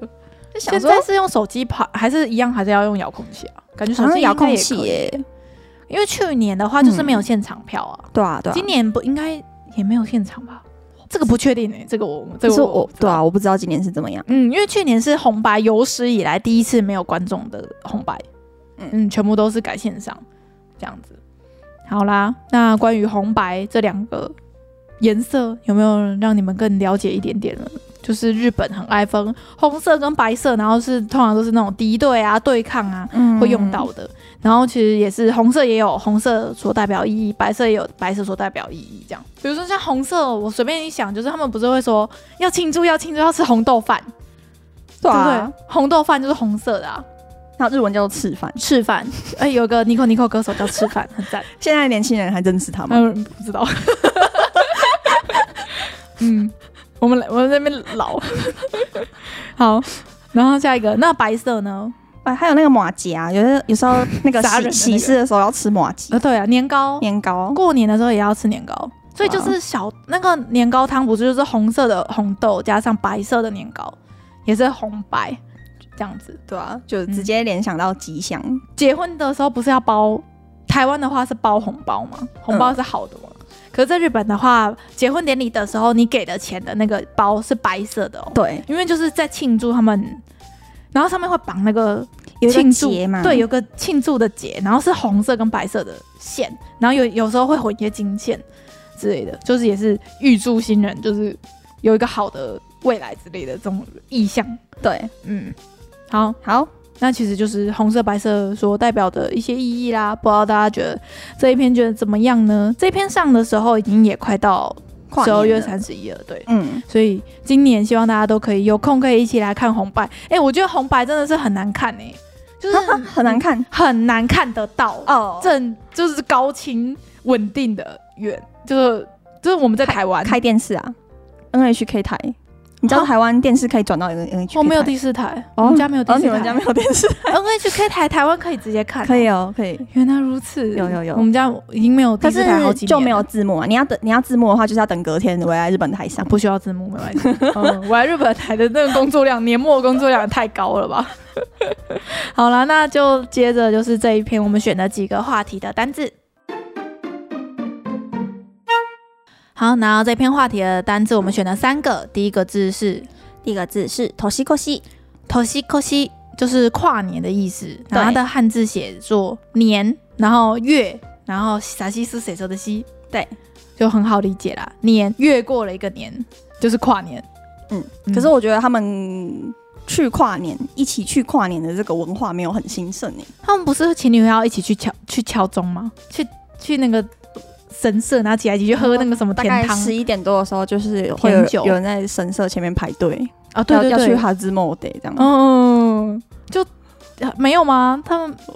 [SPEAKER 2] 就
[SPEAKER 1] 现
[SPEAKER 2] 想说
[SPEAKER 1] 在是用手机拍，还是一样，还是要用遥控器啊？感觉手
[SPEAKER 2] 好
[SPEAKER 1] 机
[SPEAKER 2] 像
[SPEAKER 1] 应
[SPEAKER 2] 遥
[SPEAKER 1] 该
[SPEAKER 2] 控
[SPEAKER 1] 也
[SPEAKER 2] 器
[SPEAKER 1] 可以，
[SPEAKER 2] 耶，
[SPEAKER 1] 因为去年的话就是没有现场票啊，
[SPEAKER 2] 对啊对啊，
[SPEAKER 1] 今年不应该也没有现场吧？这个不确定诶，这个我这
[SPEAKER 2] 可是
[SPEAKER 1] 个
[SPEAKER 2] 我
[SPEAKER 1] 不知
[SPEAKER 2] 对
[SPEAKER 1] 道
[SPEAKER 2] 啊，，我不知道今年是怎么样。
[SPEAKER 1] 嗯，因为去年是红白有史以来第一次没有观众的红白，嗯
[SPEAKER 2] 嗯
[SPEAKER 1] 全部都是改线上这样子。好啦，那关于红白这两个颜色有没有让你们更了解一点点呢？就是日本很爱分红色跟白色，然后是通常都是那种敌对啊、对抗啊
[SPEAKER 2] 嗯
[SPEAKER 1] 会用到的。然后其实也是红色也有红色所代表意义，白色也有白色所代表意义。这样，比如说像红色，我随便一想，就是他们不是会说要庆祝、要庆祝、要吃红豆饭，对
[SPEAKER 2] 对
[SPEAKER 1] 不
[SPEAKER 2] 啊
[SPEAKER 1] 对，？红豆饭就是红色的啊，
[SPEAKER 2] 那日文叫做吃饭。
[SPEAKER 1] 吃饭。 哎、有个 Nico Nico 歌手叫吃饭， 很赞。
[SPEAKER 2] 现在年轻人还真吃它吗？
[SPEAKER 1] 嗯，不知道。 嗯，我们我们在那边 老。好，然后下一个，那白色呢？
[SPEAKER 2] 哎，还有那个马甲，有的有时候那 个嗯
[SPEAKER 1] 杀人的那
[SPEAKER 2] 喜
[SPEAKER 1] 个
[SPEAKER 2] 喜事的时候要吃马甲
[SPEAKER 1] 呃，对啊，年糕，
[SPEAKER 2] 年糕，
[SPEAKER 1] 过年的时候也要吃年糕，所以就是小那个年糕汤不是就是红色的红豆加上白色的年糕，也是红白这样子。
[SPEAKER 2] 对啊，就直接联想到吉祥。
[SPEAKER 1] 结婚的时候不是要包，台湾的话是包红包吗？红包是好的吗？
[SPEAKER 2] 嗯
[SPEAKER 1] 可是在日本的话，结婚典礼的时候，你给的钱的那个包是白色的哦，
[SPEAKER 2] 对，
[SPEAKER 1] 因为就是在庆祝他们，然后上面会绑那个
[SPEAKER 2] 有一个
[SPEAKER 1] 庆祝
[SPEAKER 2] 节嘛，
[SPEAKER 1] 对，有个庆祝的节，然后是红色跟白色的线，然后有有时候会混一些金线之类的，就是也是预祝新人就是有一个好的未来之类的这种意向。
[SPEAKER 2] 对，
[SPEAKER 1] 嗯，好，
[SPEAKER 2] 好，
[SPEAKER 1] 那其实就是红色、白色所代表的一些意义啦。不知道大家觉得这一篇觉得怎么样呢？这一篇上的时候已经也快到
[SPEAKER 2] 跨
[SPEAKER 1] 十
[SPEAKER 2] 年
[SPEAKER 1] 二月
[SPEAKER 2] 了
[SPEAKER 1] 三十一了，对。
[SPEAKER 2] 嗯，
[SPEAKER 1] 所以今年希望大家都可以有空可以一起来看红白。哎、我觉得红白真的是很难看哎、就是
[SPEAKER 2] 很难看
[SPEAKER 1] 很难看得到，
[SPEAKER 2] 嗯哦这
[SPEAKER 1] 正就是高清稳定的远，就是就是我们在台湾，
[SPEAKER 2] 开电视啊，NHK 台，你知道
[SPEAKER 1] 哈
[SPEAKER 2] 台湾电视可以转到 NHK？
[SPEAKER 1] 我没有
[SPEAKER 2] 台
[SPEAKER 1] 第四台，
[SPEAKER 2] 哦
[SPEAKER 1] 我们家没有第
[SPEAKER 2] 哦，
[SPEAKER 1] 四
[SPEAKER 2] 你
[SPEAKER 1] 台，
[SPEAKER 2] 们 家没有电视？
[SPEAKER 1] NHK 台台湾可以直接看，
[SPEAKER 2] 可以。哦，可以。
[SPEAKER 1] 原来如此，
[SPEAKER 2] 有有有
[SPEAKER 1] 我们家已经没有第
[SPEAKER 2] 可
[SPEAKER 1] 四
[SPEAKER 2] 是
[SPEAKER 1] 台好几年
[SPEAKER 2] 就没有
[SPEAKER 1] 了。
[SPEAKER 2] 字幕啊！你要等你要字幕的话，就是要等隔天回来日本台上。
[SPEAKER 1] 不需要字幕没关系， 嗯，我来日本台的那个工作量，年末工作量也太高了吧？ 好了，那就接着就是这一篇我们选的几个话题的单字。好，然后这篇话题的单字我们选了三个，第一个字是
[SPEAKER 3] 第一个字是头西过西，
[SPEAKER 1] 头西扣西，就是跨年的意思。然后它
[SPEAKER 2] 对
[SPEAKER 1] 的汉字写作年，然后月，然后陕西是谁说的西？
[SPEAKER 2] 对，
[SPEAKER 1] 就很好理解啦。年越过了一个年，就是跨年。
[SPEAKER 2] 嗯
[SPEAKER 1] 嗯，
[SPEAKER 2] 可是我觉得他们去跨年，一起去跨年的这个文化没有很兴盛欸诶。
[SPEAKER 1] 他们不是情侣要一起去敲去敲钟吗？去去那个神社，然后起来一起去喝那个什么
[SPEAKER 2] 大
[SPEAKER 1] 甜
[SPEAKER 2] 概
[SPEAKER 1] 汤
[SPEAKER 2] 十一点多的时候，就是会有
[SPEAKER 1] 甜酒
[SPEAKER 2] 有人在神社前面排队，
[SPEAKER 1] 啊？对对
[SPEAKER 2] 要要去
[SPEAKER 1] 对，
[SPEAKER 2] 哈兹莫德这样。哦
[SPEAKER 1] 嗯，就呃没有吗？他们呃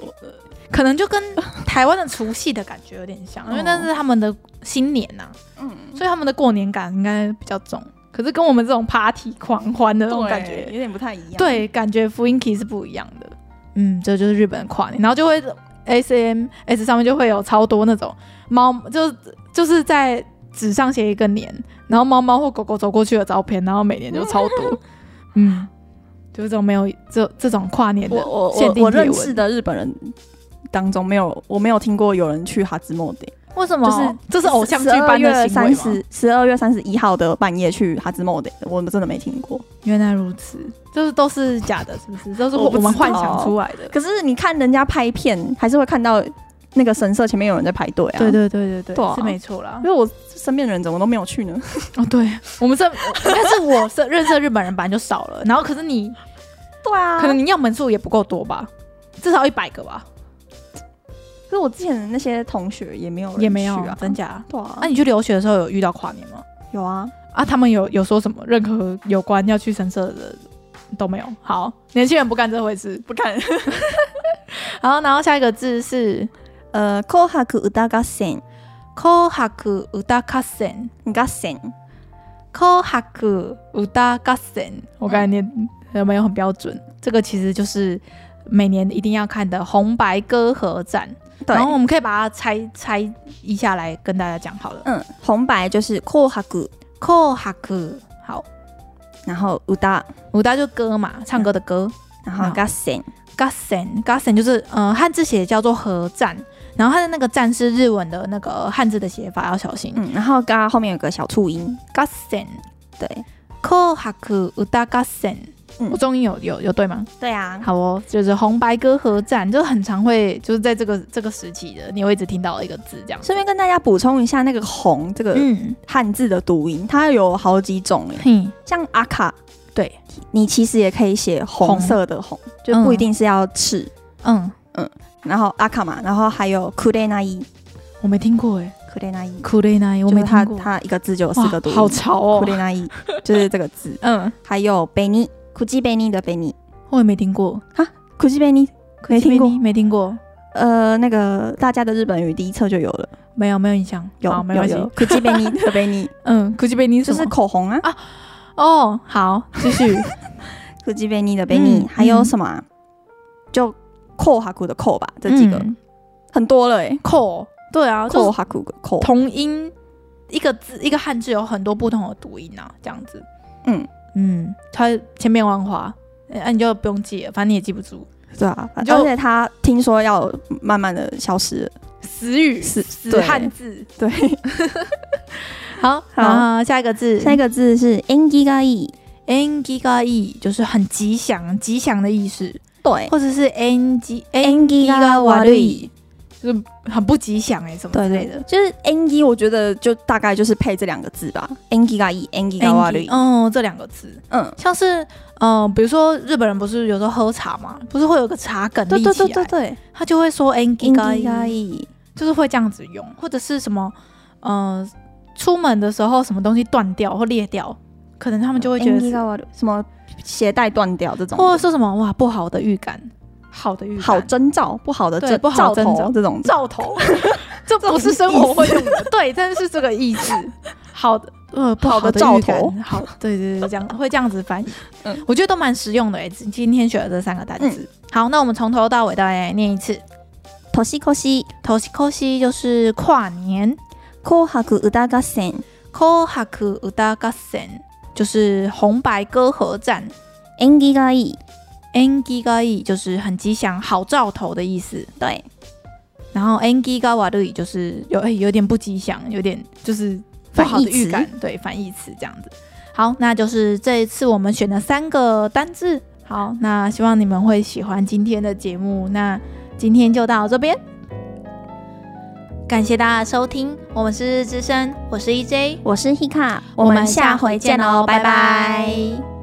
[SPEAKER 1] 可能就跟台湾的除夕的感觉有点像，因为
[SPEAKER 2] 哦
[SPEAKER 1] 那是他们的新年呐、
[SPEAKER 2] 嗯，
[SPEAKER 1] 所以他们的过年感应该比较重。可是跟我们这种 party 狂欢的那种
[SPEAKER 2] 对
[SPEAKER 1] 感觉，
[SPEAKER 2] 有点不太一样。
[SPEAKER 1] 对，感觉福音 key 是不一样的。嗯，这就是日本的跨年，然后就会 S M S 上面就会有超多那种猫，就是就是在纸上写一个年，然后猫猫或狗狗走过去的照片，然后每年就超 多。嗯，就是这种没有这这种跨年的
[SPEAKER 2] 我我
[SPEAKER 1] 限
[SPEAKER 2] 我
[SPEAKER 1] 定
[SPEAKER 2] 我
[SPEAKER 1] 贴
[SPEAKER 2] 认
[SPEAKER 1] 文
[SPEAKER 2] 识的日本人当中没有，我没有听过有人去哈兹莫德，
[SPEAKER 1] 为什么？
[SPEAKER 2] 就是
[SPEAKER 1] 这是偶像剧般的行为吗
[SPEAKER 2] 三十十二月三十一号的半夜去哈兹莫德，我真的没听过。
[SPEAKER 1] 原来如此，就是都是假的，是不是？都是
[SPEAKER 2] 我
[SPEAKER 1] 我
[SPEAKER 2] 不
[SPEAKER 1] 们
[SPEAKER 2] 知道
[SPEAKER 1] 幻想出来的。
[SPEAKER 2] 可是你看人家拍片，还是会看到那个神社前面有人在排队啊。
[SPEAKER 1] 对。对对对对，
[SPEAKER 2] 对啊
[SPEAKER 1] 是没错啦
[SPEAKER 2] 因。为我身边的人怎么都没有 去呢？
[SPEAKER 1] 哦，对，我们这，但是我是认识的日本人本来就少了，然后可是你
[SPEAKER 2] 对啊
[SPEAKER 1] 可能你样本数也不够多吧，至少一百个吧，
[SPEAKER 2] 可是我之前的那些同学也没有人
[SPEAKER 1] 也没有
[SPEAKER 2] 去啊，
[SPEAKER 1] 真假？
[SPEAKER 2] 对啊
[SPEAKER 1] 那、，你去留学的时候有遇到跨年吗？
[SPEAKER 2] 有啊，
[SPEAKER 1] 啊，他们有有说什么任何有关要去神社的都没有。好，年轻人不干这回事。
[SPEAKER 2] 不看。
[SPEAKER 1] 好，然后下一个字是
[SPEAKER 3] 呃，紅白歌合戦、
[SPEAKER 1] 紅白歌合戦，
[SPEAKER 2] 合戦，
[SPEAKER 1] 紅白歌合戦。我刚才念有没有很标准？这个其实就是每年一定要看的红白歌合战。
[SPEAKER 2] 对
[SPEAKER 1] 然，后我们可以把它拆拆一下来跟大家讲好了。
[SPEAKER 3] 嗯，紅白就是紅白，
[SPEAKER 1] 紅白好，
[SPEAKER 3] 然后歌、
[SPEAKER 1] 五大就歌嘛，唱歌的歌。
[SPEAKER 2] 嗯
[SPEAKER 3] 然后合戦、
[SPEAKER 1] g a s e n g a s e n 就是呃汉字写叫做合战，然后它的那个战是日文的那个汉字的写法，要小心。
[SPEAKER 3] 嗯，然后嘎后面有个小促音，
[SPEAKER 1] g a s e n
[SPEAKER 3] 对，
[SPEAKER 1] 紅白歌合戦
[SPEAKER 2] 嗯
[SPEAKER 1] 我中英有有有对吗？
[SPEAKER 3] 对啊，
[SPEAKER 1] 好哦，就是红白歌合战，就很常会就是在这个这个时期的，你会一直听到一个字这样。
[SPEAKER 2] 顺便跟大家补充一下，那个“红”这个
[SPEAKER 1] 嗯，
[SPEAKER 2] 汉字的读音，它有好几种欸诶，
[SPEAKER 1] 嘿，
[SPEAKER 2] 像阿卡，
[SPEAKER 1] 对
[SPEAKER 2] 你其实也可以写红色的红，就不一定是要赤。
[SPEAKER 1] 嗯，
[SPEAKER 2] 然后阿卡嘛，然后还有库雷那伊，
[SPEAKER 1] 我没听过哎，
[SPEAKER 2] 库雷那伊，
[SPEAKER 1] 苦雷那我
[SPEAKER 2] 就是
[SPEAKER 1] 没
[SPEAKER 2] 它
[SPEAKER 1] 听过。
[SPEAKER 2] 它一个字就有四个读音，
[SPEAKER 1] 哇好潮
[SPEAKER 2] 库
[SPEAKER 1] 哦。
[SPEAKER 2] 雷那伊就是这 个字，
[SPEAKER 1] 嗯，
[SPEAKER 2] 还有贝尼，库基贝尼的贝尼，
[SPEAKER 1] 我也没听过，
[SPEAKER 2] 库基贝尼没听过，
[SPEAKER 1] 没听过，
[SPEAKER 2] 呃，那个大家的日本语第一册就有了，
[SPEAKER 1] 没有没有印象。
[SPEAKER 2] 有
[SPEAKER 1] 好没
[SPEAKER 2] 有
[SPEAKER 1] 关系
[SPEAKER 2] 有。库基贝 尼的贝尼，
[SPEAKER 1] 嗯，估计被你
[SPEAKER 2] 就是口红啊，
[SPEAKER 1] 哦，好，继 续。
[SPEAKER 2] 库基贝尼的贝尼，
[SPEAKER 1] 嗯
[SPEAKER 2] 还有什么啊？就扣哈库的扣吧，这
[SPEAKER 1] 这
[SPEAKER 2] 几
[SPEAKER 1] 几
[SPEAKER 2] 个
[SPEAKER 1] 个
[SPEAKER 2] 很多了欸诶，
[SPEAKER 1] 扣，嗯对啊，就
[SPEAKER 2] 扣
[SPEAKER 1] 是
[SPEAKER 2] 哈库的扣，
[SPEAKER 1] 同音一个字一个汉字有很多不同的读音啊，这样子。
[SPEAKER 2] 嗯
[SPEAKER 1] 嗯，它千变万化，那、啊你就不用记了，反正你也记不住。
[SPEAKER 2] 对啊，而
[SPEAKER 1] 就
[SPEAKER 2] 且他听说要慢慢的消失了，
[SPEAKER 1] 死语、
[SPEAKER 2] 死
[SPEAKER 1] 死
[SPEAKER 2] 对
[SPEAKER 1] 汉字。
[SPEAKER 2] 对，
[SPEAKER 1] 好，然后下一个字，
[SPEAKER 3] 下一个字是 engi がいい。
[SPEAKER 1] n g i g a i 就是很吉祥、吉祥的意思，
[SPEAKER 2] 对
[SPEAKER 1] 或者是 n g n
[SPEAKER 3] engi
[SPEAKER 1] g i g a
[SPEAKER 3] ga
[SPEAKER 1] w a
[SPEAKER 3] w
[SPEAKER 1] r
[SPEAKER 3] a
[SPEAKER 1] i 就是很不吉祥哎、什么之
[SPEAKER 2] 对
[SPEAKER 1] 类
[SPEAKER 2] 对
[SPEAKER 1] 的
[SPEAKER 2] 的，。就是 ng，我觉得就大概就是配这两个字吧，ng がいい，ng が悪
[SPEAKER 1] ng
[SPEAKER 2] い，
[SPEAKER 1] 哦，这两个字，
[SPEAKER 2] 嗯，
[SPEAKER 1] 像是呃，比如说日本人不是有时候喝茶嘛，不是会有个茶梗立
[SPEAKER 2] 对
[SPEAKER 1] 起
[SPEAKER 2] 对
[SPEAKER 1] 来，
[SPEAKER 2] 对对对
[SPEAKER 1] 他就会说 engi
[SPEAKER 2] ，ng が
[SPEAKER 1] ga，
[SPEAKER 2] いい，
[SPEAKER 1] E，就是会这样子用，或者是什么呃，出门的时候什么东西断掉或裂掉，可能他们就会觉得
[SPEAKER 2] engi
[SPEAKER 1] 是，
[SPEAKER 2] が悪い什么鞋带断掉这种的，
[SPEAKER 1] 或者说什么哇不好的预感，好的预感，
[SPEAKER 2] 好征兆，不好的
[SPEAKER 1] 对
[SPEAKER 2] 征
[SPEAKER 1] 不好
[SPEAKER 2] 兆
[SPEAKER 1] 的征兆
[SPEAKER 2] 头这种的，
[SPEAKER 1] 兆头，这不是生活会用的， 对，但是这个意思，好的，呃，不
[SPEAKER 2] 好的
[SPEAKER 1] 的
[SPEAKER 2] 兆
[SPEAKER 1] 预感
[SPEAKER 2] 头
[SPEAKER 1] 好，对对对，这样会这样子翻译，
[SPEAKER 2] 嗯
[SPEAKER 1] 我觉得都蛮实用的诶，今今天学的这三个单词。好，那我们从头到尾大家来念一次，
[SPEAKER 3] 年越し、
[SPEAKER 1] 头西扣西就是跨年，
[SPEAKER 3] 紅白歌合戦、
[SPEAKER 1] 扣哈克乌达嘎森就是红白歌合战。
[SPEAKER 3] 縁起がいい。
[SPEAKER 1] n g i g a i 就是很吉祥、好兆头的意思。
[SPEAKER 3] 对，
[SPEAKER 1] 然后 n g i g a w a r i 就是有诶、有点不吉祥，有点就是不好的预感，对，反义词这样子。好，那就是这一次我们选的三个单字。好，那希望你们会喜欢今天的节目。那今天就到这边，感谢大家的收听，我们是日之声，我是 E EJ，
[SPEAKER 3] 我是 Hika，
[SPEAKER 1] 哦我们下回见喽拜拜